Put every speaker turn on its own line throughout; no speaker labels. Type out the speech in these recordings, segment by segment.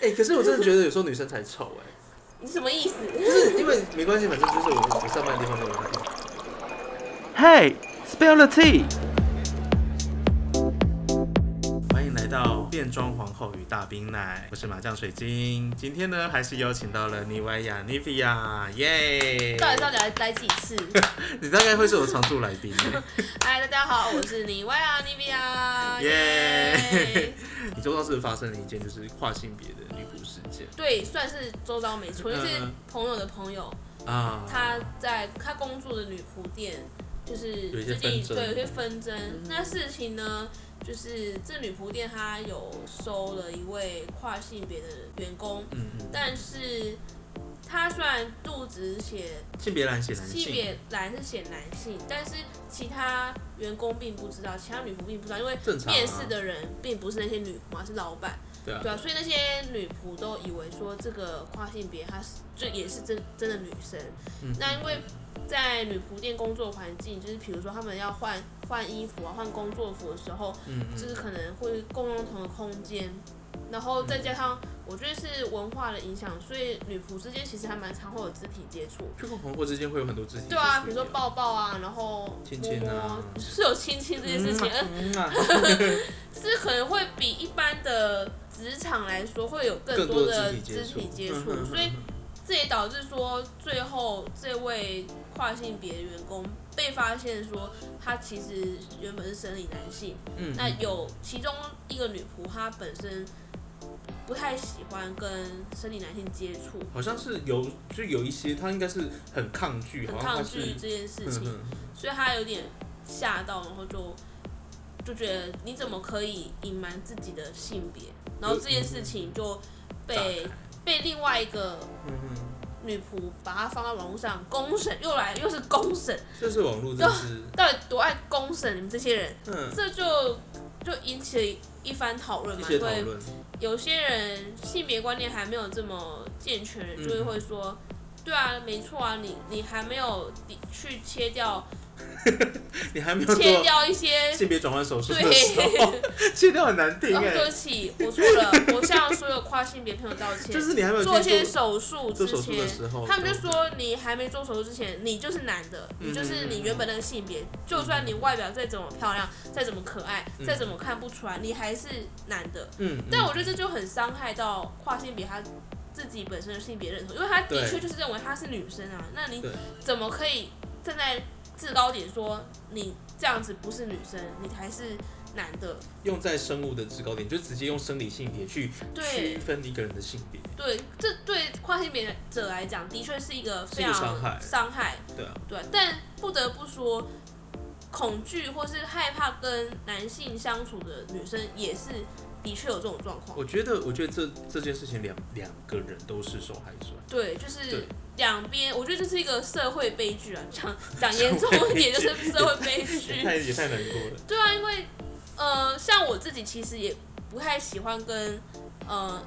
哎、可是我真的觉得有时候女生才丑哎、
你什么 意思？
就是因为没关系，反正就是我我上班的地方都有看到。
Hey, spill the tea。欢迎来到变装皇后与大冰奶，我是麻将水晶。今天呢，还是邀请到了妮维亚 Nivia，耶！
到底是要来来几 次？
你大概会是我常驻来宾，
嗨，大家好，我是你 Y 啊，妮比啊，
耶
耶！
你周遭是不是发生了一件就是跨性别的女仆事件
对，算是周遭没错，就是
嗯
朋友的朋友，
啊？
他在他工作的女仆店，就是
有一些
最
纷
近
争嗯
对有些纷争。那事情呢，就是这女仆店她有收了一位跨性别的员工，
嗯嗯，
但是她虽然入职写
性别栏写男
性
性，
别栏是写男性，但是其他员工并不知道，其他女仆并不知道，因为
正常啊
面试的人并不是那些女仆啊，是老板，
对啊
对，啊，所以那些女仆都以为说这个跨性别她是就也是真真的女生，
嗯
那因为在女仆店工作环境，就是比如说他们要换换衣服啊、换工作服的时候，
嗯
就
嗯
是可能会共用同一个空间，然后再加上我觉得是文化的影响，所以女仆之间其实还蛮常会有肢体接触。
就跟朋友之间会有很多肢体
对啊，比
接
如
触
说抱抱啊，然后
亲
摸
亲
摸，
啊
是有亲亲这件事情，呃
嗯啊
是可能会比一般的职场来说会有更
更多
的
肢体接
肢
触
体接
嗯嗯
触，
嗯
所以这也导致说最后这位跨性别员工被发现说他其实原本是生理男性，
嗯
那有其中一个女仆她本身不太喜欢跟生理男性接触，
好像是有，就有一些他应该是很抗拒，
很
好像
抗
他是
拒这件事
嗯
情。
嗯
所以他有点吓到，然后就就觉得你怎么可以隐瞒自己的性别？然后这件事情就被被另外一个
嗯嗯，
女仆把它放到网络上公审，又来又是公审，
这是网络真是，
到底多爱公审你们这些人？
嗯，
这就就引起了一番讨论
一
嘛，
些讨
对，
论，
有些人性别观念还没有这么健全的人，就会会说，
嗯
对啊，没错啊，你你还没有去切 掉
你还没有
切
做
掉一些
性别转换手术的时候，
对，
切掉很 难听
哦，对
哎
不，起，我错 了，我向所有跨性别朋友道歉。
就是你还没有
做一
去
些手术
做
之
手术的
前，
时候，
他们就说你还没做手术之前，你就是男的，
嗯
你就是你原本那个性别。就算你外表再怎么漂亮，再怎么可爱，
嗯
再怎么看不出来，你还是男的。
嗯，嗯，
但我觉得这就很伤害到跨性别他自己本身的性别认同，因为他的
对
确就是认为他是女生啊，那你
对
怎么可以站在制高点说你这样子不是女生，你还是男的？
用在生物的制高点，就直接用生理性别去区
对
分一个人的性别，
对，这对跨性别者来讲的确是一个非常
是一个伤害
伤害
对啊，
对，但不得不说，恐惧或是害怕跟男性相处的女生也是的确有这种状况。
我觉得，我觉得这这件事情两两个人都是受害者，
对，就
对
是两边，我觉得这是一个社会悲剧啊， 讲讲严重一点就是社会悲
也
剧。
太也太难过了，
对啊，因为呃，像我自己其实也不太喜欢跟呃，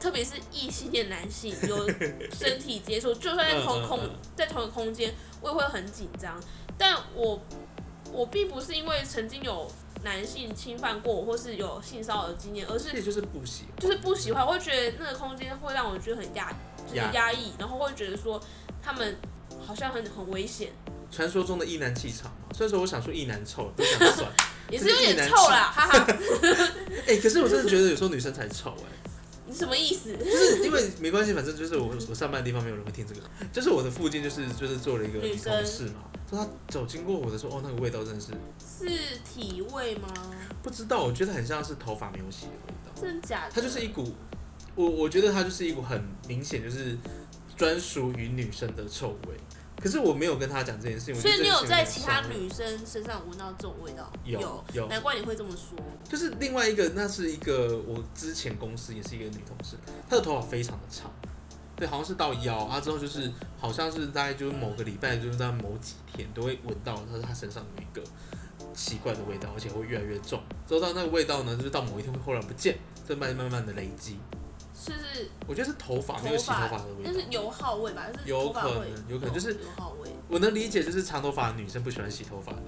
特别是异性恋男性有身体接触，就算在
嗯
同
嗯
空
嗯
在同一个空间，我也会很紧张。但我我并不是因为曾经有男性侵犯过我，或是有性骚扰的经验，而是
这就是不喜欢，
就是不喜欢，我会觉得那个空间会让我觉得很压，就是
压
压抑，然后会觉得说他们好像很很危险，
传说中的异男气场嘛。虽然说我想说异男臭，不想 算。
也是有点臭啦，哈哈。
哎、可是我真的觉得有时候女生才丑哎、
你什么意思？
就是因为没关系，反正就是我我上班的地方没有人会听这个，就是我的附近就是就是做了一个
女
女
生
同事嘛，说她走经过我的时候，哦，那个味道真的是
是体味吗？
不知道，我觉得很像是头发没有洗的味道，
真的假的？
它就是一股，我我觉得它就是一股很明显就是专属于女生的臭味。可是我没有跟她讲这件事情，我
所
觉得
以你有
这件事情
在
很伤
其他
人
女生身上闻到这种味道？
有有
难怪你会这么说。
就是另外一个，那是一个我之前公司也是一个女同事，她的头发非常的长，对，好像是到腰啊，之后就是好像是大概就是某个礼拜，就是在某几天都会闻到她她身上有一个奇怪的味道，而且会越来越重，之后到那个味道呢，就是到某一天会忽然不见，再慢慢慢的累积，
是不是
我觉得是头发没有
头
洗头
发
发的，味
那是
道。
油耗味吧？就是
嗯有
头发
可
味
能有可能就是
油耗味。
我能理解，就是长头发的女生不喜欢洗头发的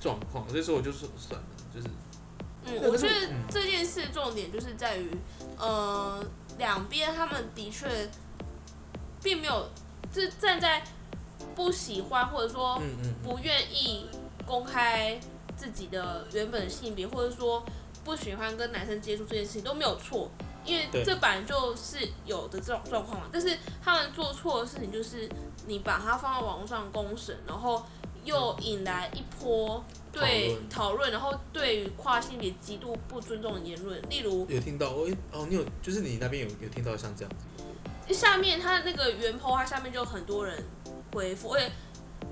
状况，所以说我就说算了，就是
嗯，
对
我
可是
觉
我
得
嗯
这件事重点就是在于，呃，两边他们的确并没有，就是站在不喜欢或者说
嗯嗯，
不愿意公开自己的原本性别，或者说不喜欢跟男生接触这件事情都没有错，因为
对
这本来就是有的这种状况嘛。但是他们做错的事情就是你把它放到网络上公审，然后又引来一波对讨论，然后对于跨性别极度不尊重的言论，例如
有听到，我、哦，你有，就是你那边有有听到像这样子，
下面他那个原 po，他下面就很多人回复，而且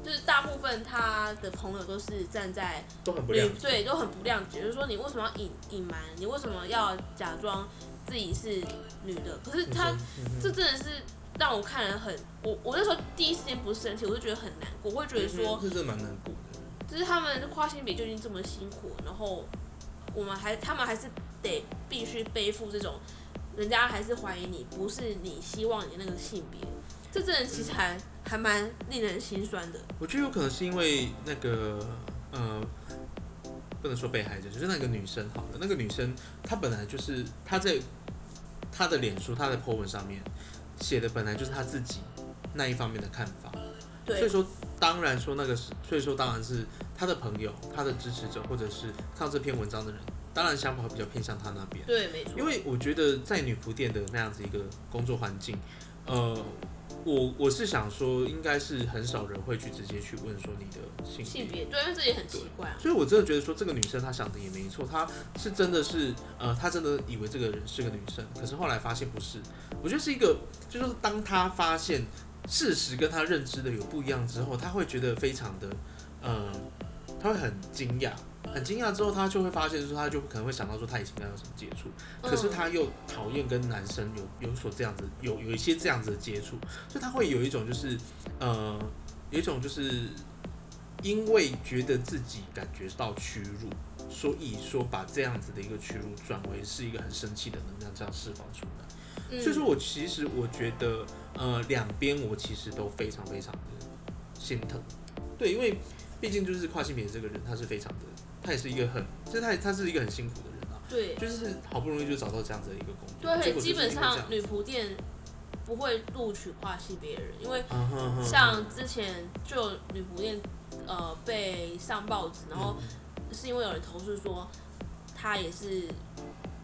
就是大部分他的朋友都是站在
都很不
对
谅解，
对，都很不谅解，就是说你为什么要隐隐瞒？你为什么要假装自己是女的？可是
女
他
生嗯
这真的是让我看了很，我我那时候第一时间不是生气，我就觉得很难过，我会觉得
嗯
说，
这真的蛮难过的，
就是他们跨性别就已经这么辛苦，然后我们还他们还是得必须背负这种，人家还是怀疑你不是你希望你的那个性别，这真的其实
嗯
还、还蛮令人心酸的。
我觉得有可能是因为那个，呃，不能说被害者，就是那个女生好了，那个女生她本来就是她在她的脸书、她的 po 文上面写的本来就是她自己那一方面的看法，所以
对
说，当然说那个是，所以说当然是他的朋友、他的支持者，或者是看到这篇文章的人，当然想法会比较偏向他那边。
对，没错。
因为我觉得在女仆店的那样子一个工作环境，呃，我我是想说，应该是很少人会去直接去问说你的性别。
性别对，因为这也很奇怪啊。
所以，我真的觉得说这个女生她想的也没错，她是真的是，呃，她真的以为这个人是个女生，可是后来发现不是。我觉得是一个，就是当她发现事实跟她认知的有不一样之后，她会觉得非常的，呃，她会很惊讶，很惊讶之后，她就会发现说，她就可能会想到说，她以前跟她有什么接触，可
嗯
是她又讨厌跟男生有有所这样子，有有一些这样子的接触，所以她会有一种就是，呃，有一种就是因为觉得自己感觉到屈辱，所以说把这样子的一个屈辱转为是一个很生气的能量，这样释放出来。
嗯
所以说我其实我觉得，呃，两边我其实都非常非常的心疼，对，因为毕竟就是跨性别这个人，他是非常的，他也是一个很，就是他也他是一个很辛苦的人啊，
对
就是好不容易就找到这样子的一个工
对，
作，
而
结
且
果就是
基
因为
本
这样
上女仆店不会录取跨性别人，因为
嗯哼哼哼
像之前就有女仆店呃被上报纸，然
嗯
后是因为有人投诉说她也是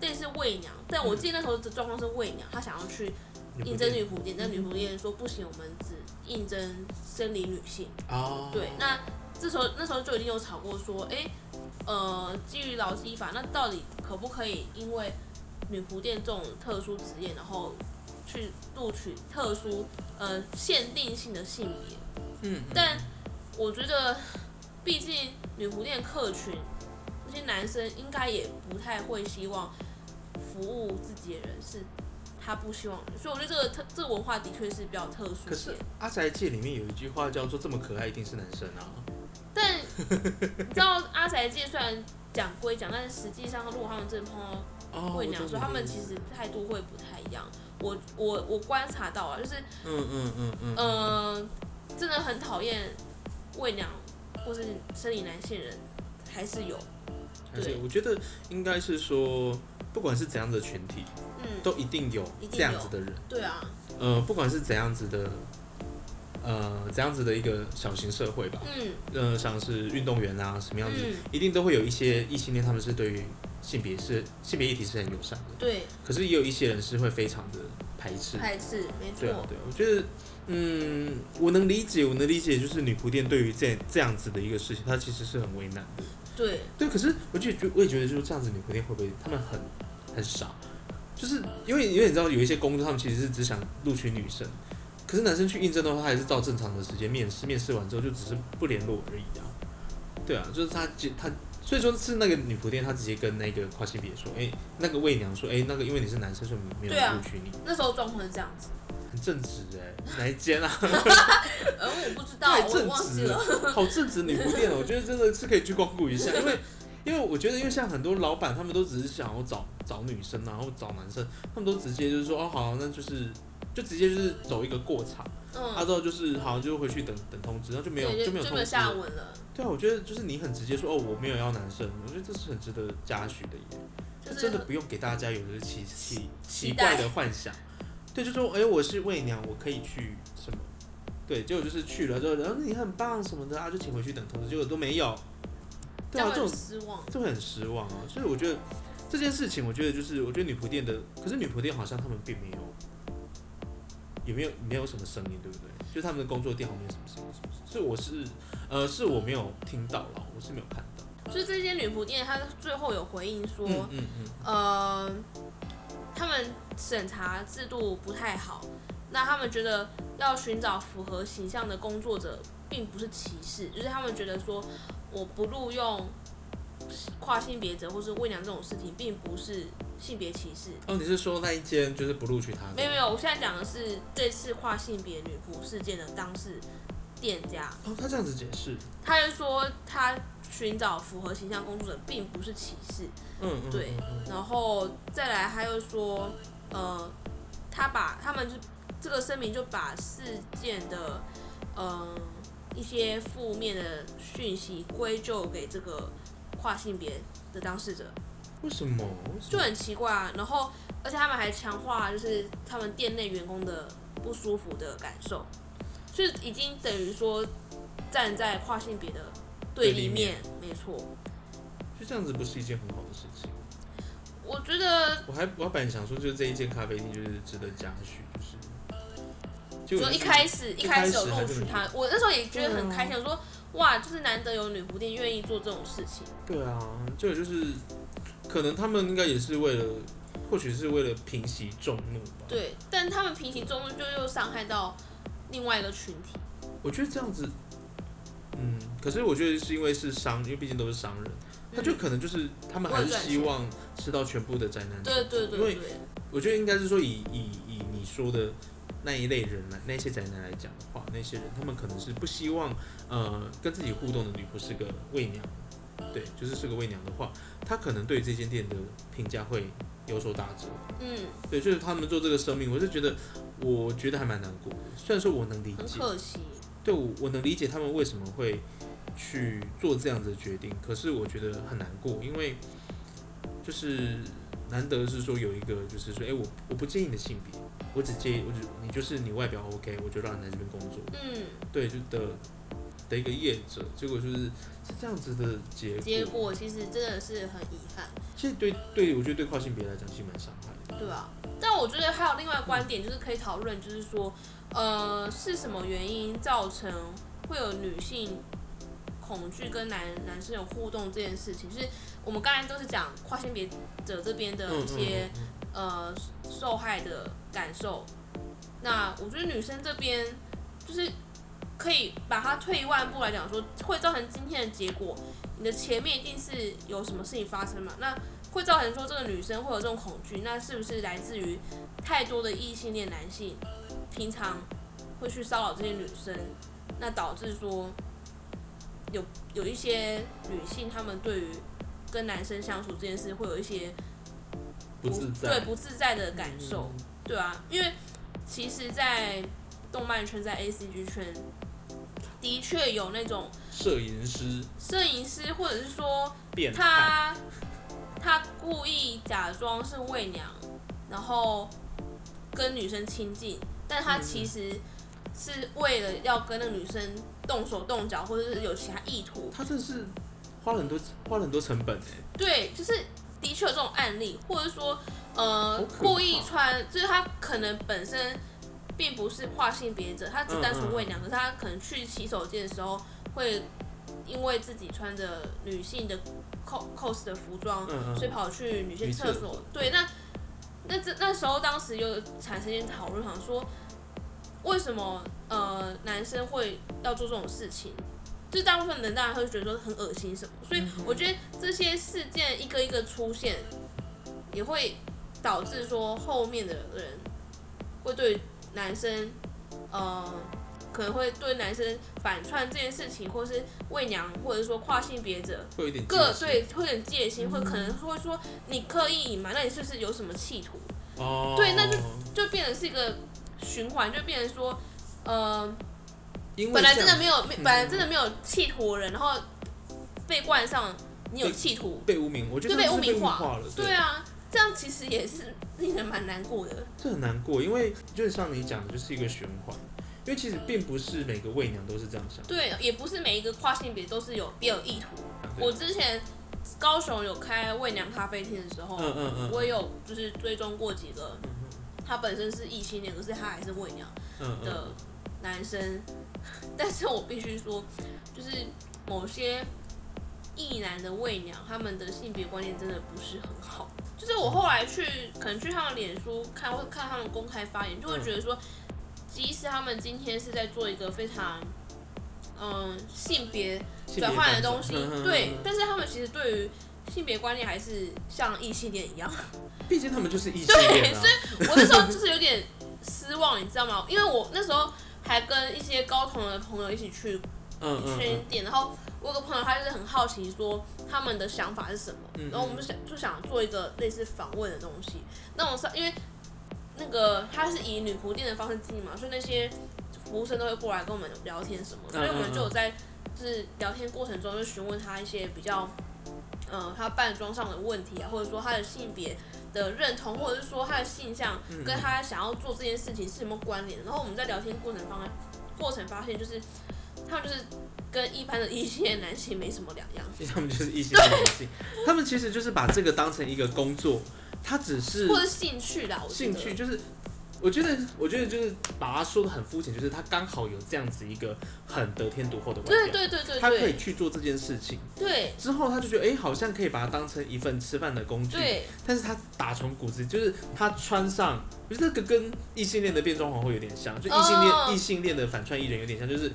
类似媚娘，但我记得那时候的状况是媚娘，她想要去
女仆
应征
店
女仆店，但女仆店说不行，我们只应征生理女性。
哦，
对，那这时候那时候就已经有吵过说，哎、呃，基于劳基法，那到底可不可以因为女仆店这种特殊职业，然后去录取特殊呃限定性的性别？
嗯，嗯
但我觉得，毕竟女仆店客群那些男生应该也不太会希望服务自己的人是他不希望的，所以我觉得这个特这个文化的确是比较特殊
可
一
是
些。
阿宅界里面有一句话叫做“这么可爱一定是男生啊
但你知道阿宅界虽然讲归讲，但是实际上如果他们真的碰到”，
哦，
会
我
娘
懂
说，
你
他
的
们
意思
其实态度会不太一样。我我我观察到啊，就是
嗯嗯嗯嗯，
呃，真的很讨厌喂娘或是生理男性人，还是有，
而且
对
我觉得应该是说，不管是怎样的群体，
嗯，
都一定有
一定有
这样子的人。
对啊，
呃，不管是怎样子的，呃，怎样子的一个小型社会吧，
嗯，
呃，像是运动员啊，什么样子，
嗯
一定都会有一些异性恋，他们是对于性别是性别议题是很友善的，
对，
可是也有一些人是会非常的排斥。
还是没
对啊
错，，
对啊，我觉得，嗯，我能理解，我能理解，就是女仆店对于这这样子的一个事情，她其实是很为难的。
对，
对，可是我就觉我也觉得就是这样子，女仆店会不会他们很很傻？就是因为因为你知道有一些工作，他们其实是只想录取女生，可是男生去应征的话，他还是照正常的时间面试，面试完之后就只是不联络而已啊。对啊，就是他他所以说是那个女仆店，他直接跟那个跨性别说，哎、那个魏娘说，哎、那个因为你是男生，所以没有
对啊
录取你，
那时候状况是这样子，
很正直哎、哪一间啊？
呃，我不知道，
太
我
正
忘记
直
了，
好正直女仆店哦，我觉得真的是可以去光顾一下，因为因为我觉得，因为像很多老板他们都只是想要找找女生啊，然后找男生，他们都直接就是说哦好，那就是就直接就是走一个过场，他、
嗯，
之后就是好像就回去等等通知，然后就啊没有
对，
没有
就
通
没有
知
下
了。
文了，
对啊，我觉得就是你很直接说哦我没有要男生，我觉得这是很值得嘉许的耶。
就是
真的不用给大家有这奇奇奇
期待
怪的幻想。对，就说哎、我是媚娘，我可以去什么？对，结果就是去了之后，然后你很棒什么的啊，就请回去等通知，结果都没有。对
让
啊，这
人
种
失望。
就会很失望啊。所以我觉得这件事情，我觉得就是我觉得女仆店的，可是女仆店好像他们并没有，也没有没有什么声音，对不对？就他们的工作店好像没有什么声音，是不是？所以我是呃，是我没有听到了，我是没有看到。
就是这些女仆店，她最后有回应说，
嗯嗯嗯，
呃，他们审查制度不太好，那他们觉得要寻找符合形象的工作者，并不是歧视，就是他们觉得说我不录用跨性别者或是喂娘这种事情，并不是性别歧视。
哦，你是说那一间就是不录取他的？
没有没有，我现在讲的是这次跨性别女仆事件的当事店家，
哦，他这样子解释，
他就说他寻找符合形象工作者，并不是歧视。
嗯嗯，
对，然后再来他又说，呃，他把他们就这个声明就把事件的，呃，一些负面的讯息归咎给这个跨性别的当事者，
为什么？
就很奇怪啊。然后而且他们还强化就是他们店内员工的不舒服的感受，就是已经等于说站在跨性别的对
对立
立
面
面，没错。
就这样子不是一件很好的事情。
我觉得
我还我还本来想说，就是这一间咖啡厅就是值得嘉许，就是。结果
就
就
一
是
开始一
一开
开
始
始有录
还是
取
没
他，我那时候也觉得很开心，我说哇，就是难得有女仆店愿意做这种事情，
对啊，就就是可能他们应该也是为了，或许是为了平息众怒吧。，
对，但他们平行中就又伤害到另外一个群体，
我觉得这样子，嗯，可是我觉得是因为是商，因为毕竟都是商人，他就可能就是他们还
嗯为
是
了赚钱
希望吃到全部的灾难。
对对
因
对
为
对，
我觉得应该是说以以以你说的那一类人来，那些宅男来讲的话，那些人他们可能是不希望呃跟自己互动的女仆是个媚娘，对，就是是个媚娘的话，他可能对这间店的评价会有所打折。
嗯，
对，就是他们做这个生命，我是觉得，我觉得还蛮难过的。虽然说我能理
很
解，
可惜，
对我我能理解他们为什么会去做这样子的决定，可是我觉得很难过，因为就是难得是说有一个就是说，哎、我我不介意你的性别，我只介意我只你就是你外表 OK，我就让你来这边工作，
嗯，
对，就的的一个业者，结果就是是这样子的结果，
结果其实真的是很遗憾，
其实对对，我觉得对跨性别来讲是蛮伤害的。
对啊，但我觉得还有另外一个观点就是可以讨论，就是说，呃，是什么原因造成会有女性恐惧跟男男生有互动这件事情？就是我们刚才都是讲跨性别者这边
嗯
的一些、呃受害的感受，那我觉得女生这边就是可以把它退一万步来讲说，会造成今天的结果，你的前面一定是有什么事情发生嘛？那会造成说这个女生会有这种恐惧，那是不是来自于太多的异性恋男性平常会去骚扰这些女生，那导致说有有一些女性她们对于跟男生相处这件事会有一些
不自
对
在，嗯
不自在的感受，对啊，因为其实，在动漫圈，在 A C G 圈，的确有那种
摄影师
摄影师，或者是说
变态，
他他故意假装是媚娘，然后跟女生亲近，但
嗯
他其实是为了要跟那个女生动手动脚，或者是有其他意图。
他真的是花了很多花了很多成本哎。
对，就是的确有这种案例，或者说呃
好可怕
故意穿，就是他可能本身并不是跨性别者，
嗯
他只单纯喂娘，可是他可能去洗手间的时候会因为自己穿着女性的 cos cos 的服装，
嗯嗯
所以跑去女性
女
厕
厕
所。对，那那这那时候当时有产生一些讨论，想说为什么呃男生会要做这种事情？就是大部分人当然会觉得说很恶心什么，
嗯
所以我觉得这些事件一个一个出现，也会导致说后面的人会对男生，呃，可能会对男生反串这件事情，或是媚娘，或者说跨性别者，
会有一点
各
戒心
对会有点戒心，会可能会说你刻意隐瞒，那你是不是有什么企图？
哦，
对那就变成是一个循环，就变成说，呃，
因为嗯
本来真
这
的
样
没有，没本来真的没有企图的人，然后被冠上你有企图，
被污名，我觉得
就被
他
污
们是污
名
名
化
化了，
对啊，这样其实也是令人蛮难过的。
这很难过，因为就是像你讲的，就是一个循环。因为其实并不是每个媚娘都是这样想的，
对，也不是每一个跨性别都是有别有意图。
对
我之前高雄有开媚娘咖啡厅的时候，
嗯嗯嗯，
我也有就是追踪过几个，他本身是异性恋，可是他还是媚娘
嗯嗯
的男生，但是我必须说，就是某些异男的媚娘，他们的性别观念真的不是很好。就是我后来去，可能去他们脸书看，或看他们公开发言，就
嗯
会觉得说，即使他们今天是在做一个非常，嗯，性别
性别
转换的
反
东
转
西
嗯嗯嗯，
对
嗯，
但是他们其实对于性别观念还是像异性恋一样。
毕竟他们就是异性恋啊，
所我那时候就是有点失望，你知道吗？因为我那时候还跟一些高同的朋友一起去
嗯
一
嗯
圈
嗯，
店，然后我有个朋友他就是很好奇说他们的想法是什么，
嗯
然后我们就想就想做一个类似访问的东西。那种是因为那个他是以女仆店的方式经营嘛，所以那些服务生都会过来跟我们聊天什么，所以我
嗯嗯
们
嗯
就有在就是聊天过程中就询问他一些比较。呃，他扮装上的问题啊，或者说他的性别的认同，或者是说他的性向
嗯
跟他想要做这件事情是有没有关联的。然后我们在聊天过程方过程发现，就是他们就是跟一般的异性恋男性没什么两样，
因为他们就是异性恋男性，他们其实就是把这个当成一个工作，他只是
或者兴趣啦，我觉
兴
得
趣，就是我觉得，我觉得就是把它说的很肤浅，就是他刚好有这样子一个很得天独厚的外表，
对对对对
他可以
对
去做这件事情，
对
之后他就觉得哎、诶好像可以把它当成一份吃饭的工具，
对，
但是他打从骨子就是他穿上，我觉得这个跟异性恋的变装皇后有点像，就异性恋
哦
异、性恋的反串艺人有点像，就是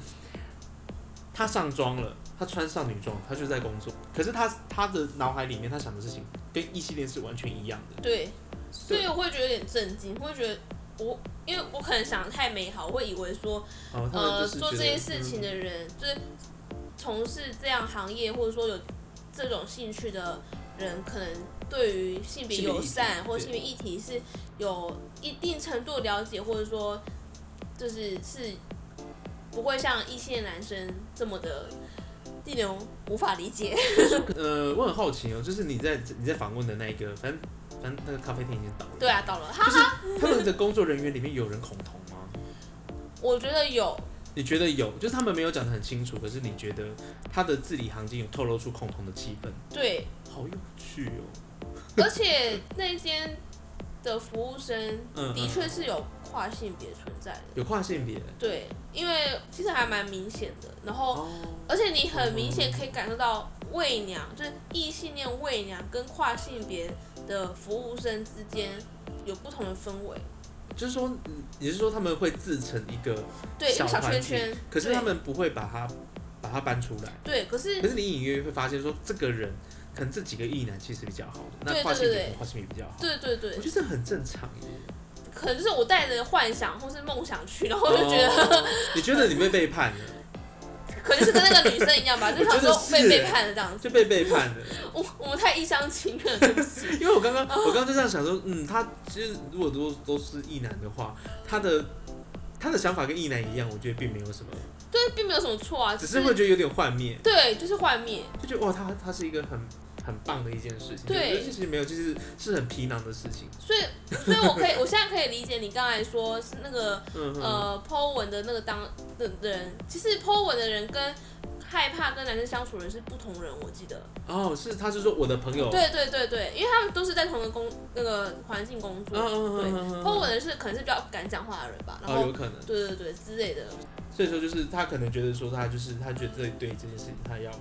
他上妆了，他穿上女装，他就在工作，可是他他的脑海里面他想的事情跟异性恋是完全一样的，
对，所以我会觉得有点震惊，会觉得我因为我可能想的太美好，我会以为说
哦，他们
呃
就是
做这
觉得
件事情
嗯
的人、就是从事这样行业或者说有这种兴趣的人，可能对于性别
性别
友
议题
善或
对
性别议题是有一定程度的了解，或者说就是是不会像一线男生这么的令人无法理解。
呃，我很好奇哦，就是你在你在访问的那一个，反正反正那个咖啡厅已经倒了，
对啊，到了，哈
就是他们的工作人员里面有人恐同吗？
我觉得有
你觉得有？就是他们没有讲得很清楚，可是你觉得他的字里行间有透露出恐同的气氛，
对
好有趣哦。
而且那一间的服务生
嗯，
的
嗯
确是有跨性别存在的，
有跨性别
对，因为其实还蛮明显的。然后，
哦，
而且你很明显可以感受到媚娘，就是异性恋媚娘跟跨性别的服务生之间有不同的氛围，
就是说，嗯也是说他们会自成一个，
对，一
小
个小
团
圈
体
圈。
可是
对
他们不会把它把它搬出来。
对，可是
可是你隐隐约约会发现说，这个人可能这几个异男其实比较好的，那
对
跨性
对
别
对
跟跨性别比较好。
对对
我
对
觉，得这很正常耶。
可能就是我带着幻想或是梦想去，然后 我就觉得，
哦你觉得你被背叛了，
可能就是跟那个女生一样吧，就
我
想
觉得
说
是
被背
欸
叛了这样子。
就被背叛 了。
我我们太一厢情愿了，对不起。
因为我刚刚
哦
我刚刚就这样想说，嗯，他其实如果都都是异男的话，他的他的想法跟异男一样，我觉得并没有什么，
对，并没有什么错啊，
只
只
是会觉得有点幻灭，
对，就是幻灭，
就觉得哇，他他是一个很很棒的一件事情。
对
我觉得其实没有，就是是很皮囊的事情。
所以，所以我可以，我现在可以理解你刚才说是那个
嗯嗯，
呃 Po 文的那个当的的人，其实 Po 文的人跟害怕跟男生相处的人是不同人，我记得，
哦，是他是说我的朋友，
对对对对，因为他们都是在同一个工那个环境工
嗯，
作、
嗯
对
嗯嗯嗯
p o
嗯，
文的是可能是比较敢讲话的人吧，然
哦，
后、
有可能。
对对对之类的，
所以说，就是他可能觉得说，他就是他觉得对对这件事情，他要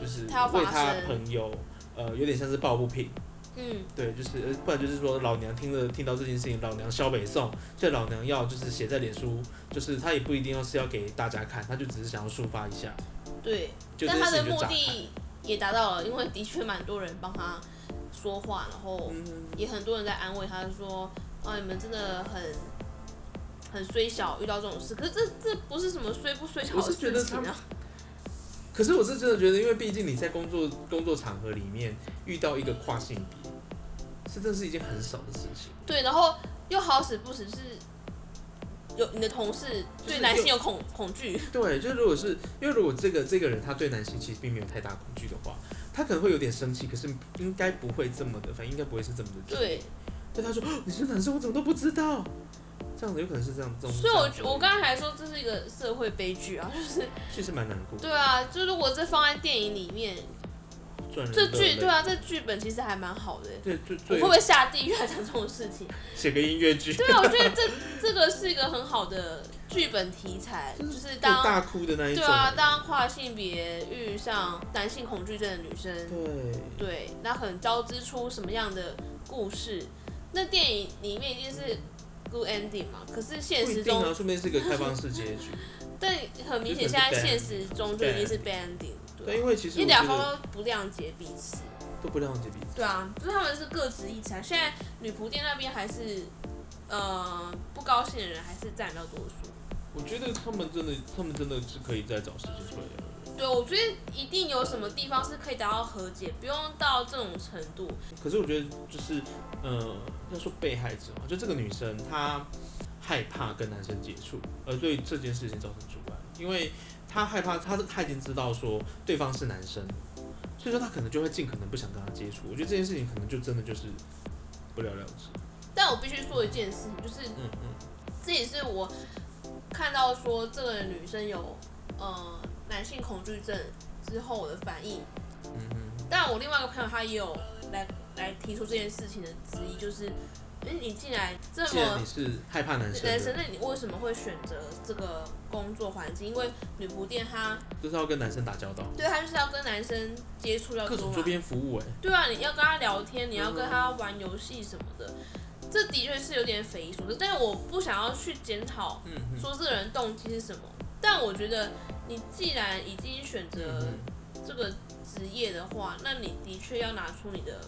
就是
他要发
为他
声
朋友，呃，有点像是抱不平。
嗯，
对，就是呃，不然就是说老娘听了听到这件事情，老娘萧北宋，所以老娘要就是写在脸书，就是他也不一定要是要给大家看，他就只是想要抒发一下，
对，
就这
但
件
他
事
的
情就
目
炸开。
的也达到了，因为的确蛮多人帮他说话，然后。
嗯，
也很多人在安慰他说，啊，你们真的很很虽小，遇到这种事。可是这这不是什么虽不虽小
我
的
是觉得
事情
他们
啊。
可是我是真的觉得，因为毕竟你在工作工作场合里面遇到一个跨性别，是真的是一件很少的事情。
对，然后又好死不死是有你的同事
就是
对
就
男性有恐恐惧，
对，就如果是因为如果这个这个人他对男性其实并没有太大恐惧的话，他可能会有点生气，可是应该不会这么的，反正应该不会是这么的。，
对，
对，他说哦你是男生，我怎么都不知道，这样子有可能是这样，这种。
所以我
这
觉
样
我刚才还说这是一个社会悲剧啊，就是
其实蛮难过的，
对啊，就如果这放在电影里面，
赚人
这
热
剧
泪
嗯对，啊，这剧本其实还蛮好的欸。
对，最
我会
最
不会下地狱啊？讲这种事情？
写个音乐剧，
对啊，我觉得这这个是一个很好的剧本题材，就是
大
当
大哭的那一
对
种。
啊，当跨性别遇上男性恐惧症的女生，
对
对，那可能交织出什么样的故事？那电影里面一定是 good ending 嘛，可是现
不
实
一定
中，
啊，说不定是一个开放式结 局。
但很明显现在现实中就一定是 bad ending，
对，
对啊，
因为其实
因为
我
两
觉
方
得
都不谅解彼此，
都不谅解彼此。
对啊，就是他们是各执一词啊。现在女仆店那边还是，呃，不高兴的人还是占比较多数。
我觉得他们真的，他们真的是可以再找时间出来聊。
对，我觉得一定有什么地方是可以达到和解，不用到这种程度。
可是我觉得就是，呃，要说被害者嘛，就这个女生她害怕跟男生接触，而对这件事情造成阻碍，因为她害怕，她她已经知道说对方是男生，所以说她可能就会尽可能不想跟他接触。我觉得这件事情可能就真的就是不了了之。
但我必须说一件事情，就是
嗯嗯，
这也是我看到说这个女生有呃男性恐惧症之后我的反应。但我另外一个朋友他也有来来提出这件事情的质疑，就是，嗯，你竟然这
既然
么
你是害怕男生
男生，
的，
那你为什么会选择这个工作环境？因为女仆店她
就是要跟男生打交道，
对她就是要跟男生接触要
各
多
种
嘛
周边服务、哎，
对啊，你要跟他聊天，你要跟他玩游戏什么的，这的确是有点匪夷所思。但是我不想要去检讨
嗯
说这个人动机是什么，但我觉得你既然已经选择
嗯，
这个职业的话，那你的确要拿出你的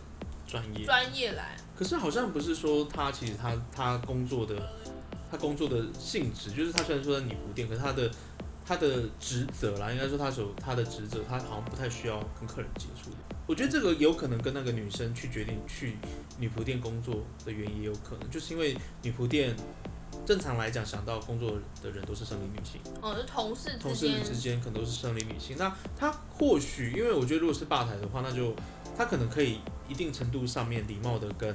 专业。
专业来。
可是好像不是说他其实他他工作的他工作的性质，就是他虽然说在女仆店，可是他的他的职责啦，应该说他所他的职责，他好像不太需要跟客人接触。我觉得这个有可能跟那个女生去决定去女仆店工作的原因也有可能，就是因为女仆店正常来讲想到工作的人都是生理女性。
哦，就同事
同
之
事
间，
之间可能都是生理女性。那他或许，因为我觉得如果是吧台的话，那就他可能可以一定程度上面礼貌的跟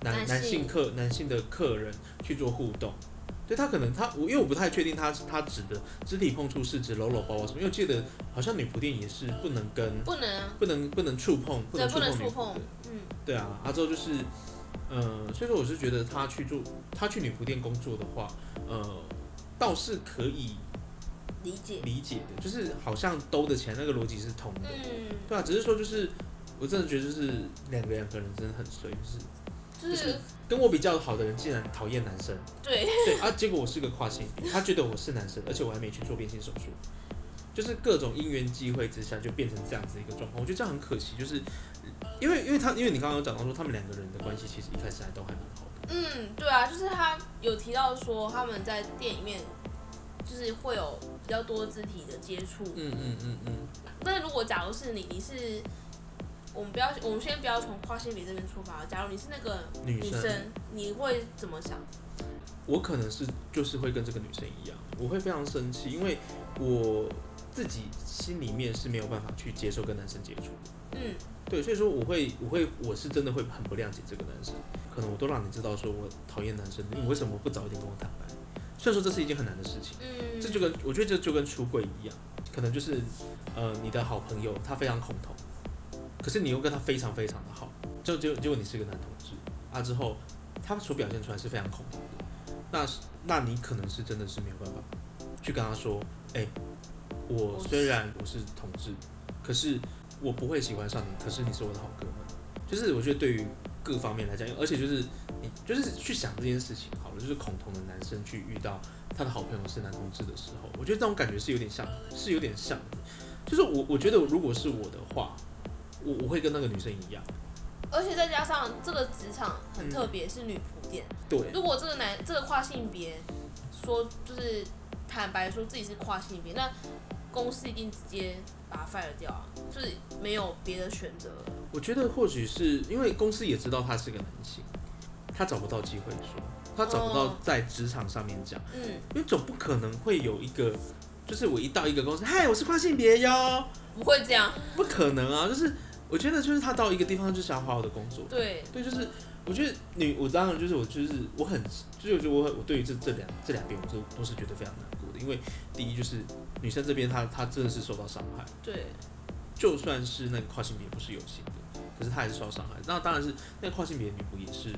男
男性
男性客男性的客人去做互动。对他可能他我因为我不太确定他他指的肢体碰触是指搂搂抱抱什么，因为我记得好像女仆店也是不能跟
不能啊，
不能不能触碰不
对，
能触
不能
碰女
触
仆
碰
的。，
嗯，
对啊，阿周就是，呃，所以说我是觉得他去做，他去女仆店工作的话，呃，倒是可以
理解，
理解的，就是好像兜的钱那个逻辑是通的，
嗯，
对啊，只是说就是我真的觉得就是两个两个人真的很衰，就是
就
就是是跟我比较好的人竟然讨厌男 生，
对，
对啊，结果我是个跨性别，他觉得我是男生，而且我还没去做变性手术，就是各种因缘际会之下就变成这样子一个状况，我觉得这样很可惜，就是因为因为他因为你刚刚有讲到说他们两个人的关系其实一开始还都还蛮好的，
嗯，对啊，就是他有提到说他们在店里面就是会有比较多肢体的接触。
嗯嗯嗯嗯，
那如果假如是你，你是我们不要，我们先不要从跨性别这边出发。啊假如你是那个
女
女
生。
生，你会怎么想？
我可能是就是会跟这个女生一样，我会非常生气，因为我自己心里面是没有办法去接受跟男生接触的。
嗯，
对，所以说我会我会我是真的会很不谅解这个男生，可能我都让你知道说我讨厌男生，你为什么不早一点跟我坦白？虽然说这是一件很难的事情，
嗯，
这就跟我觉得这就跟出柜一样，可能就是呃你的好朋友他非常恐同，可是你又跟他非常非常的好，就就结果你是个男同志啊之后，他所表现出来是非常恐同的，那是那你可能是真的是没有办法去跟他说，哎、我
我是
虽然我是同志，可是我不会喜欢上你，可是你是我的好哥们，就是我觉得对于各方面来讲，而且就是你就是去想这件事情好了，就是恐同的男生去遇到他的好朋友是男同志的时候，我觉得这种感觉是有点像，是有点像的。就是我我觉得如果是我的话，我我会跟那个女生一样，
而且再加上这个职场很特别，是女仆店。
对，
如果这个男这个跨性别说就是坦白说自己是跨性别，那公司一定直接把他 fire 掉啊，就是没有别的选择了。
我觉得或许是因为公司也知道他是个男性，他找不到机会说，他找不到
哦
在职场上面讲，
嗯，
因为总不可能会有一个就是我一到一个公司，嗨，我是跨性别哟，
不会这样，
不可能啊！就是我觉得就是他到一个地方就想好好的工作，
对，
对，就是我觉得女，我当然就是我就是我很就是我觉得我很我对于这这两这两边我都都是觉得非常难过的，因为第一就是女生这边她她真的是受到伤害，
对，
就算是那个跨性别不是有心的，可是她还是受到伤害。那当然是那个跨性别女仆也是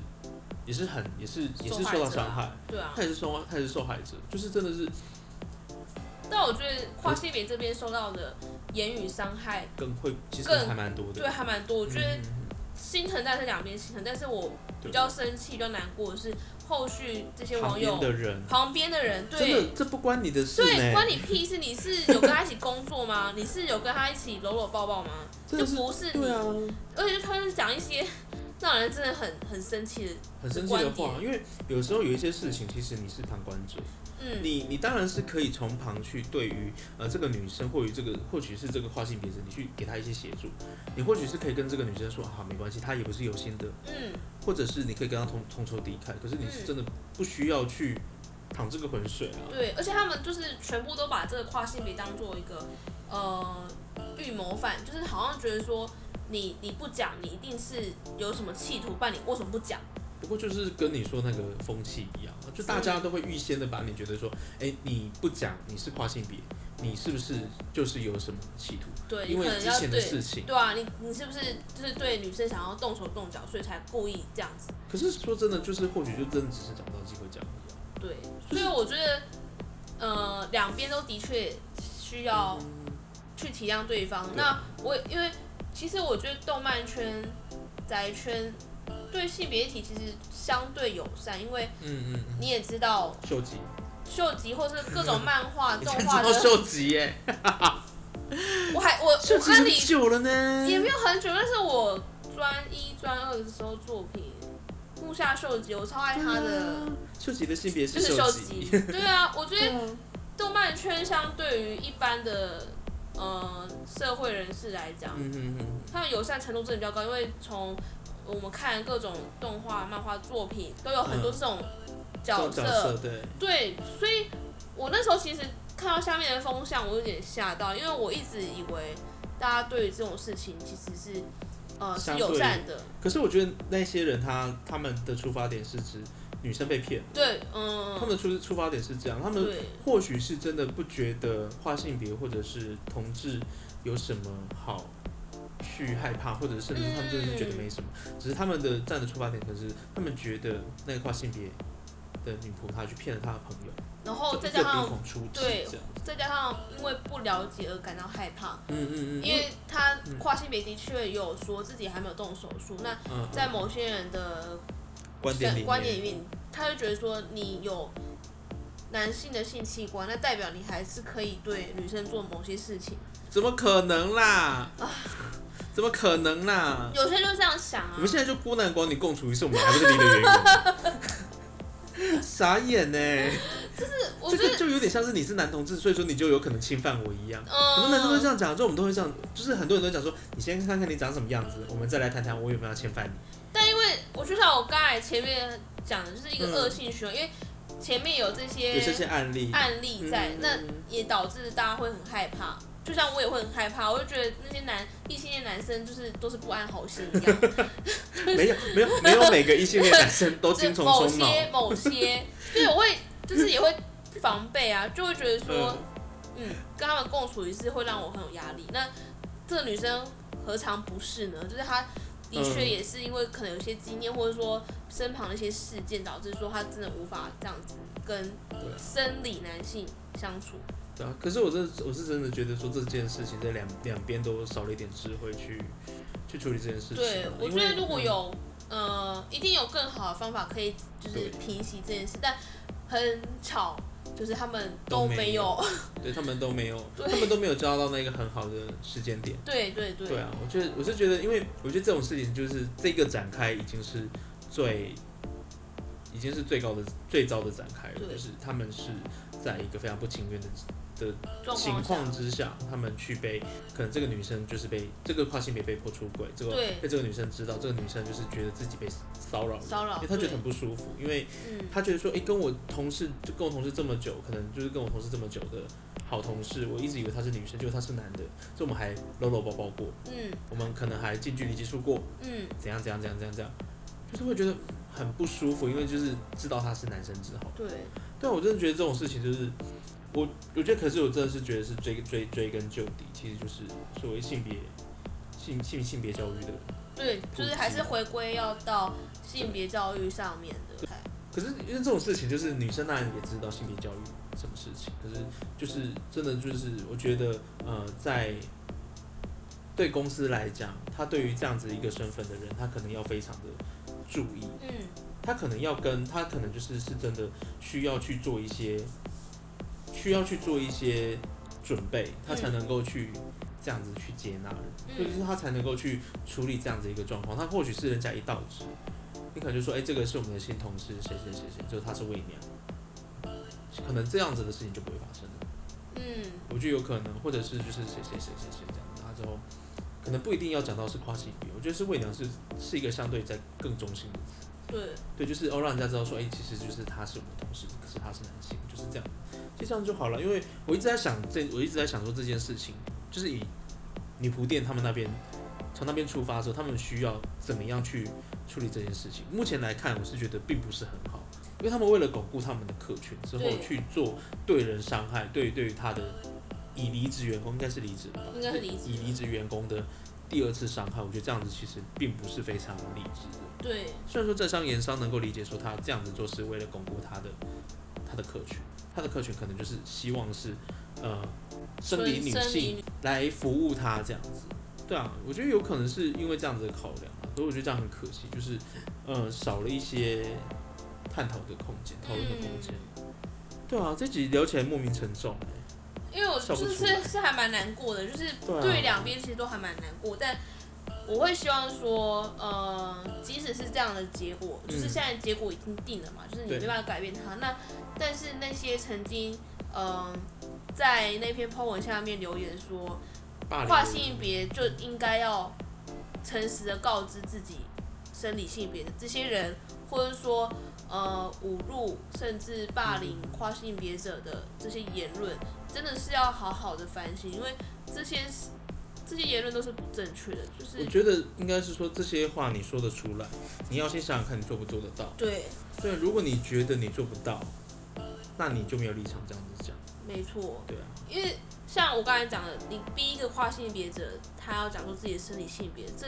也是很也是也是受到伤害，
对啊。
她也是受她也是受害者，就是真的是
但我觉得跨性别这边受到的言语伤害，
更会其实
更
还蛮多的，
对还蛮多。我觉得
嗯嗯嗯
心疼在这两边心疼，但是我
对
比较生气、比较难过的是，后续这些
嗯旁
网
边
友
的人。
旁边的人
真的
对，。
这不关你的事欸呢、
对，关你屁事！你是有跟他一起工作吗？你是有跟他一起搂搂抱抱吗？
真的是
就不是你
对啊，
而且就他们讲一些让人真的很很生气的，
很生气的
观
话，因为有时候有一些事情，其实你是旁观者，
嗯，
你你当然是可以从旁去对于呃这个女生或于这个或许是这个跨性别者，你去给她一些协助，你或许是可以跟这个女生说，啊，没关系，她也不是有心的，
嗯，
或者是你可以跟她同同仇敌忾，可是你是
嗯
真的不需要去淌这个浑水啊，
对，而且他们就是全部都把这个跨性别当做一个呃预谋犯，就是好像觉得说你你不讲，你一定是有什么企图办理，为什么不讲？
不过就是跟你说那个风气一样，就大家都会预先的把你觉得说，哎、你不讲你是跨性别，你是不是就是有什么企图？
对，你
因
可
为
能
之
要
前的
对
事情。
对啊，你你是不是就是对女生想要动手动脚，所以才故意这样子？
可是说真的，就是或许就真的只是找不到机会讲而已啊。
对，所以我觉得呃两边都的确需要去体谅对方。
对啊
那我因为其实我觉得动漫圈、宅圈对性别议题其实相对友善，因为
嗯嗯嗯，
你也知道
秀吉，
秀吉或是各种漫画、
你
动
才知
画
道
的，
秀吉耶，
我还我
秀吉
我看
很
你
久了呢。
也没有很久，但是我专一专二的时候作品。木下秀吉，我超爱他的，
秀吉的性别
就是是秀吉
吉，。
对啊，我觉得
对啊
动漫圈相对于一般的呃社会人士来讲，
嗯嗯嗯，
他们友善程度真的比较高，因为从我们看各种动画、漫画作品，都有很多这种
嗯这
角
种
色。
角色对，
对，所以我那时候其实看到下面的风向，我有点吓到，因为我一直以为大家对于这种事情其实是呃是
相对
友善的。
可是我觉得那些人他他们的出发点是指女生被骗，
对，嗯
他，们的出出发点是这样，他们
对
或许是真的不觉得跨性别或者是同志有什么好去害怕，或者甚至他们真的是觉得没什么，
嗯
只是他们的站的出发点可能是他们觉得那个跨性别的女仆她去骗了她的朋友，
然后
这
哦再
一个
加
鼻
上
孔出气
对
这样，
再加上因为不了解而感到害怕，
嗯嗯嗯，
因为他跨性别的确有说自己还没有动手术，那
嗯
在某些人的
观点里面
观点里面，他就觉得说你有男性的性器官，那代表你还是可以对女生做某些事情。
怎么可能啦？怎么可能啦？
有些人就这样想啊
我们，现在就孤男寡女共处一室，我们还不是你的原因？ 傻眼呢、
我
这
觉
个
得，
就有点像是你是男同志，所以说你就有可能侵犯我一样。很多男生都这
嗯，
样讲，就我们都会这样，就是很多人都讲说，你先看看你长什么样子，我们再来谈谈我有没有要侵犯你。
但因为我就像我刚才前面讲的，就是一个
嗯
恶性循环，因为前面有这
有这些案例，
嗯案例在，
嗯
那也导致大家会很害怕。就像我也会很害怕，我就觉得那些男异性恋男生就是都是不安好心 一样，
没有没有没有每个异性恋男生 都
就
精
是
虫
某
充脑。
些某些，所以我会就是也会防备啊，就会觉得说，嗯，跟他们共处一室会让我很有压力。那这个女生何尝不是呢？就是她的确
嗯
也是因为可能有些经验，或者说身旁的一些事件，导致说她真的无法这样子跟
对啊
生理男性相处。
对啊，可是我真的我是真的觉得说这件事情在两两边都少了一点智慧去去处理这件事情啊。
对，我
因
觉
为
得如果有、呃，一定有更好的方法可以就是
对
平息这件事，但很巧，就是他们
都
都
没
没有。
嗯对他们都没有，
对
他们都没有交到那个很好的时间点。
对对对，
对啊，我觉得我是觉得，因为我觉得这种事情就是这个展开已经是最，已经是最高的最糟的展开了，
对
就是他们是在一个非常不情愿的
状
情
况
况
下，
之下，他们去被可能这个女生就是被这个跨性别被迫出轨，这个
对
被这个女生知道，这个女生就是觉得自己被骚扰了，
骚扰
因为她觉
对
得很不舒服，因为
嗯，
她觉得说，哎、跟我同事就跟我同事这么久，可能就是跟我同事这么久的好同事，我一直以为他是女生，结果他是男的，所以我们还搂搂抱抱过，
嗯
我们可能还近距离接触过，
嗯，
怎样怎样怎样怎样怎样，就是会觉得很不舒服，因为就是知道他是男生之后，
对，
对啊，我真的觉得这种事情就是，我我觉得，可是我真的是觉得是追追追根究底，其实就是所谓性别性性性别教育的。
对，就是还是回归要到性别教育上面的。
可是因为这种事情，就是女生当然也知道性别教育什么事情，可是就是真的就是，我觉得呃，在对公司来讲，他对于这样子一个身份的人，他可能要非常的注意，
嗯，
他可能要跟他可能就是是真的需要去做一些，需要去做一些准备，他才能够去这样子去接纳人，
嗯
或者是他才能够去处理这样子一个状况。他或许是人家一到职，你可能就说，哎、这个是我们的新同事，谁谁谁谁，就是他是未娘，可能这样子的事情就不会发生了。
嗯，
我觉得有可能，或者是就是谁谁谁谁谁这样，他之后可能不一定要讲到是跨性别，我觉得是未娘是是一个相对在更中性的词。
对，
对，就是哦，让人家知道说，哎、其实就是他是我的同事，可是他是男性，就是这样，就这样就好了。因为我一直在想这，我一直在想说这件事情，就是以女仆店他们那边从那边出发的时候，他们需要怎么样去处理这件事情？目前来看，我是觉得并不是很好，因为他们为了巩固他们的客群之后
对
去做对人伤害，对对于他的以离职员工应该是离职吧，
应该是离职
以离职员工的第二次伤害，我觉得这样子其实并不是非常理智的。
对，
虽然说政商言商能够理解说他这样子做是为了巩固他的他的客群，他的客群可能就是希望是呃生理女
生理
性
女
来服务他这样子。对啊，我觉得有可能是因为这样子的考量啊，所以我觉得这样很可惜，就是呃少了一些探讨的空间、
嗯
讨论的空间。对啊，这集聊起来莫名沉重、欸。
因为我
笑不
就是
出来
是是还蛮难过的，就是
对啊
对两边其实都还蛮难过，但我会希望说，呃，即使是这样的结果，就是
嗯
现在结果已经定了嘛，就是你
对
没办法改变它。那但是那些曾经，嗯、在那篇 po 文下面留言说，
霸凌
跨性别就应该要诚实的告知自己生理性别的这些人，或者说呃侮辱甚至霸凌跨性别者的这些言论，真的是要好好的反省，因为这些是这些言论都是不正确的，就
我
是
觉得应该是说这些话你说得出来，你要先想想看你做不做得到。
对，
对，如果你觉得你做不到，那你就没有立场这样子讲。
没错。
对啊，
因为像我刚才讲的，你逼一个跨性别者，他要讲出自己的生理性别，这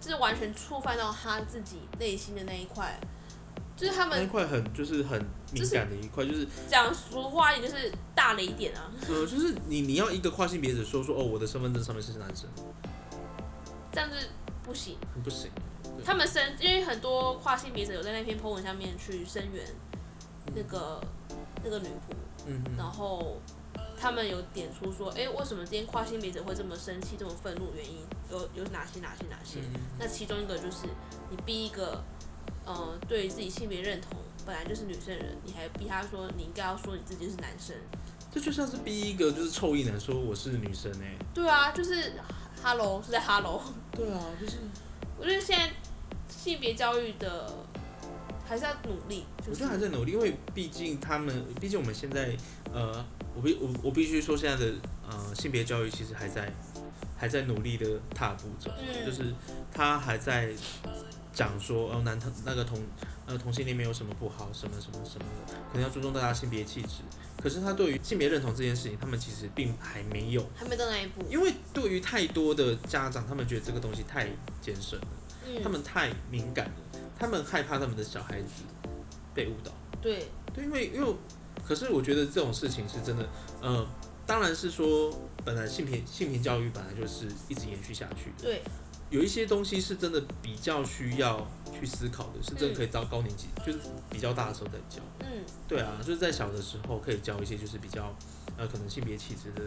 这完全触犯到他自己内心的那一块，就是他
那一
们
块很就是很敏感的一块，就是
讲俗话也就是大雷点啊，
呃，就是你你要一个跨性别者说说哦，我的身份证上面是男生，
这样子不行。
很不行。对
他们声，因为很多跨性别者有在那篇 po 文下面去声援那个那个女仆，
嗯
然后他们有点出说，哎、为什么今天跨性别者会这么生气、这么愤怒？原因有有哪些、哪些、哪些？
嗯，
那其中一个就是你逼一个，呃，对于自己性别认同本来就是女生人，你还逼他说你应该要说你自己是男生。
这就像是逼一个就是臭意男说我是女生哎、
对啊，就是 hello 是在 hello。
对啊，就是
我觉得现在性别教育的还是要努力，就
我
是
觉得还在努力，因为毕竟他们，毕竟我们现在呃，我必我我必须说现在的呃性别教育其实还在还在努力的踏步中。
嗯，
就是他还在讲说，哦，男同那个同呃同性恋没有什么不好，什么什么什么的，可能要注重大家性别气质。可是他对于性别认同这件事情，他们其实并还没有，
还没到那一步。
因为对于太多的家长，他们觉得这个东西太艰深了，
嗯，
他们太敏感了，他们害怕他们的小孩子被误导。
对
对，因为因为，可是我觉得这种事情是真的，呃，当然是说，本来性平性平教育本来就是一直延续下去的。
对
有一些东西是真的比较需要去思考的，是真的可以到高年级，就是比较大的时候再教。
嗯
对啊，就是在小的时候可以教一些，就是比较呃可能性别气质的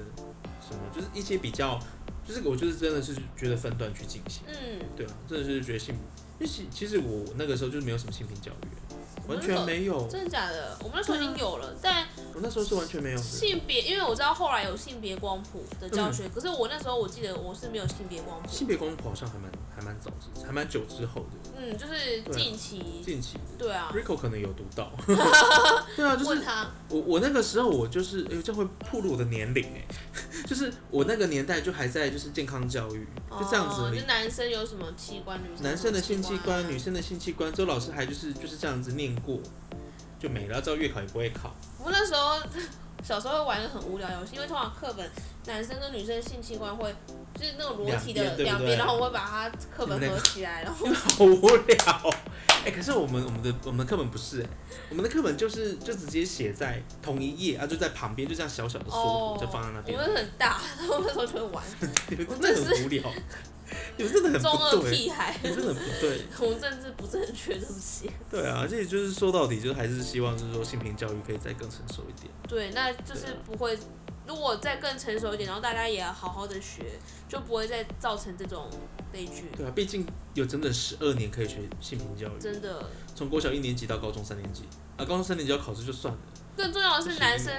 什么，就是一些比较，就是我就是真的是觉得分段去进行。
嗯，
对啊，真的是觉得性，因为其其实我那个时候就是没有什么性平教育，啊
我
完
们那时
全
候
没有。
真的假的？我们那时候已经有了，但
我那时候是完全没有的。
性别，因为我知道后来有性别光谱的教学，可是我那时候我记得我是没有性别光谱，
嗯性别光谱好像还蛮还蛮早之，还蛮久之后的，
嗯，就是近期，
啊近期的。
对啊，
Rico 可能有读 到， 对啊，就是
问他，
我我那个时候我就是，哎、呦，这样会暴露我的年龄哎、就是我那个年代就还在就是健康教育，就这样子
哦
而已
就。男生有什么器官，啊女生
男生的性器官，女
生，
生的性器官，周老师还就是就是这样子念过，就没了。到月考也不会考，
我那时候小时候会玩一个很无聊游戏，因为通常课本男生跟女生的性器官会就是那种裸体的
两边对不对
两边，然后我会把它课本
你们那
合
个
起来，然后
好无聊。哎、可是我们我们的我们的课本不是哎、我们的课本就是就直接写在同一页啊，就在旁边就这样小小的缩
哦
图，就放在那边
我，们很大，然后那时候就会 玩，
你们真的很无聊，你们真的很
中
不
二
对，
屁孩，
你们真的很不对。
我们政治不正确，对不起。
对啊，
嗯
而且就是说到底，就是还是希望就是说性平教育可以再更成熟一点。
对，那就是不会，如果再更成熟一点，然后大家也好好的学，就不会再造成这种悲剧。
对啊，毕竟有整整十二年可以学性平教育，
真的，
从国小一年级到高中三年级啊，高中三年级要考试就算了，
更重要的
不
是
行
男生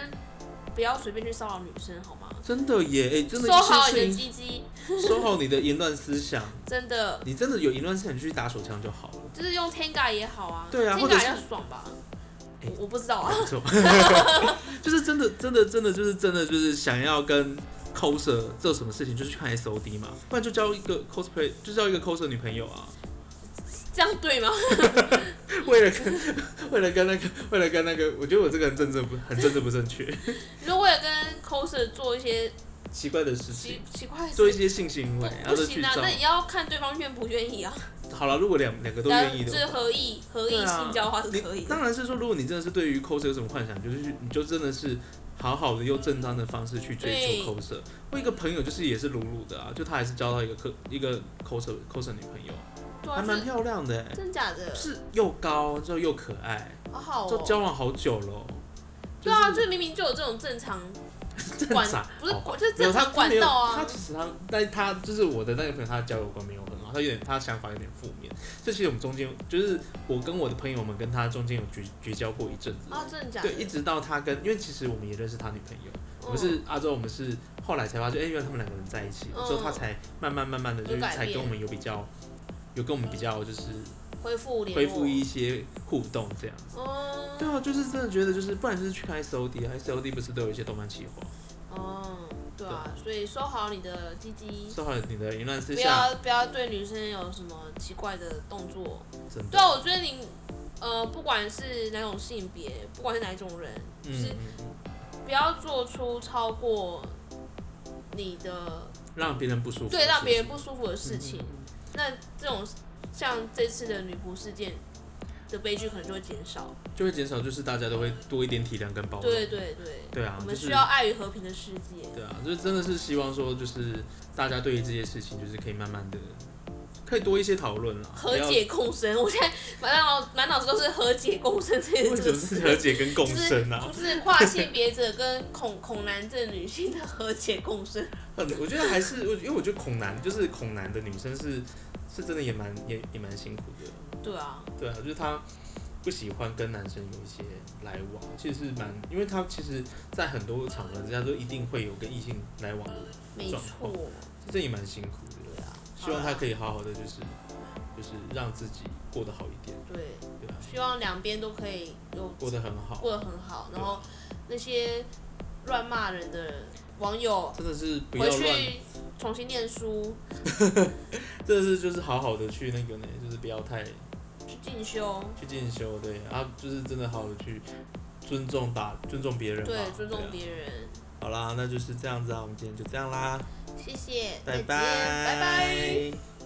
不要随便去骚扰女生，好吗？
真的耶，哎、真的
收好
一
你
些
的
事情，
鸡鸡，
收好你的淫乱思想，
真的
你真的有淫乱思想，你去打手枪就 好了。
就是用 Tenga 也好啊，
对啊
t e
或者
n g a
是
要爽吧？
哎
我我不知道啊，
没错， 就是真的，真的，真的，就是真的，就是想要跟 coser 做什么事情，就是去看 SOD 嘛，不然就交一个 cosplay，就交一个 coser 女朋友啊。
这样对吗？
为了跟 为了跟那个为了跟那个，我觉得我这个人政治不很政治不正确，
如果也跟 coser 做一些
奇怪的事情
奇，奇怪的
做一
事，
些性行为，然后
不
就去
行啊，
找
那。也要看对方愿不愿意啊，
好了，如果两两个都愿意
就
的
是
话，
合意合意
对啊
性交的话是
你
可以的。
当然是说，如果你真的是对于 coser 有什么幻想，就是去你就真的是好好的用正当的方式去追
对
求 coser。我一个朋友就是也是鲁鲁的啊，就他还是交到一个科一个 coser coser 女朋友，
对
还
啊，
蛮
是
漂亮的、欸，
真假的，
是又高就又可爱，
好好
就
哦。
交往好久了哦。
对啊，就是明明就有这种正常管
正常，
不是
哦
管，就是
没有
正
他
常
他
管
没有
道啊
他。其实他，但他就是我的那个朋友，他的交友观没有很好，他有点他想法有点负面。这其实我们中间就是我跟我的朋友们跟他中间有绝绝交过一阵子，
啊，哦真的假的？嗯
对，一直到他跟，因为其实我们也认识他女朋友，我们是阿周，我们是后来才发现，哎、原来他们两个人在一起，
嗯
之后他才慢慢慢慢的就是
有改
才
变
跟我们有比较，有跟我们比较就是
嗯恢复联络
恢复一些互动这样。
嗯
对啊，就是真的觉得就是，不然就是去看 SOD 啊，SOD 不是都有一些动漫企划，
嗯，对啊，所以收好你的鸡鸡，
说好你的淫乱思
嗯不
想，
要不要对女生有什么奇怪的动作。
真的。
对啊，我觉得你呃，不管是哪种性别，不管是哪一种人，就
嗯
是
嗯，
不要做出超过你的
让别人不舒服，
对让别人
是
不舒服的事情
嗯。
那这种像这次的女仆事件的悲剧可能就会减少。
不是就会减少，就是大家都会多一点体谅跟包容。
对对对，
对啊，
我
就
们
是
需要爱与和平的世界。
对啊，就是真的是希望说，就是大家对于这些事情，就是可以慢慢的，可以多一些讨论啦，
和解共生，我现在满脑满脑子都是和解共生这
不要。
件
为什
这
么是
个词，
和解跟共生啊？
就是就是跨性别者跟恐恐男症女性的和解共生。
很，我觉得还是，我因为我觉得恐男就是恐男的女生是是真的也蛮也也蛮辛苦的。
对啊，
对啊，就是她不喜欢跟男生有一些来往，其实是蛮，因为她其实在很多场合之下都一定会有跟异性来往的，
没错
状。况这也蛮辛苦的。
对啊，
希望她可
以
以好好的，就是就是让自己过得好一点，
对，
对啊，
希望两边都可以有
过得很好。
过得很好，
对
然后那些乱骂人的网友
真的是不要
回
乱，
去重新念书
真的是就是好好的去那个呢，就是不要太去
去进修，
进修，对啊，就是真的好好的去尊重打尊重别人吧，
对，尊重
对啊
别人。
好啦，那就是这样子啊，我们今天就这样啦，
谢谢，
拜
再见，拜拜。
拜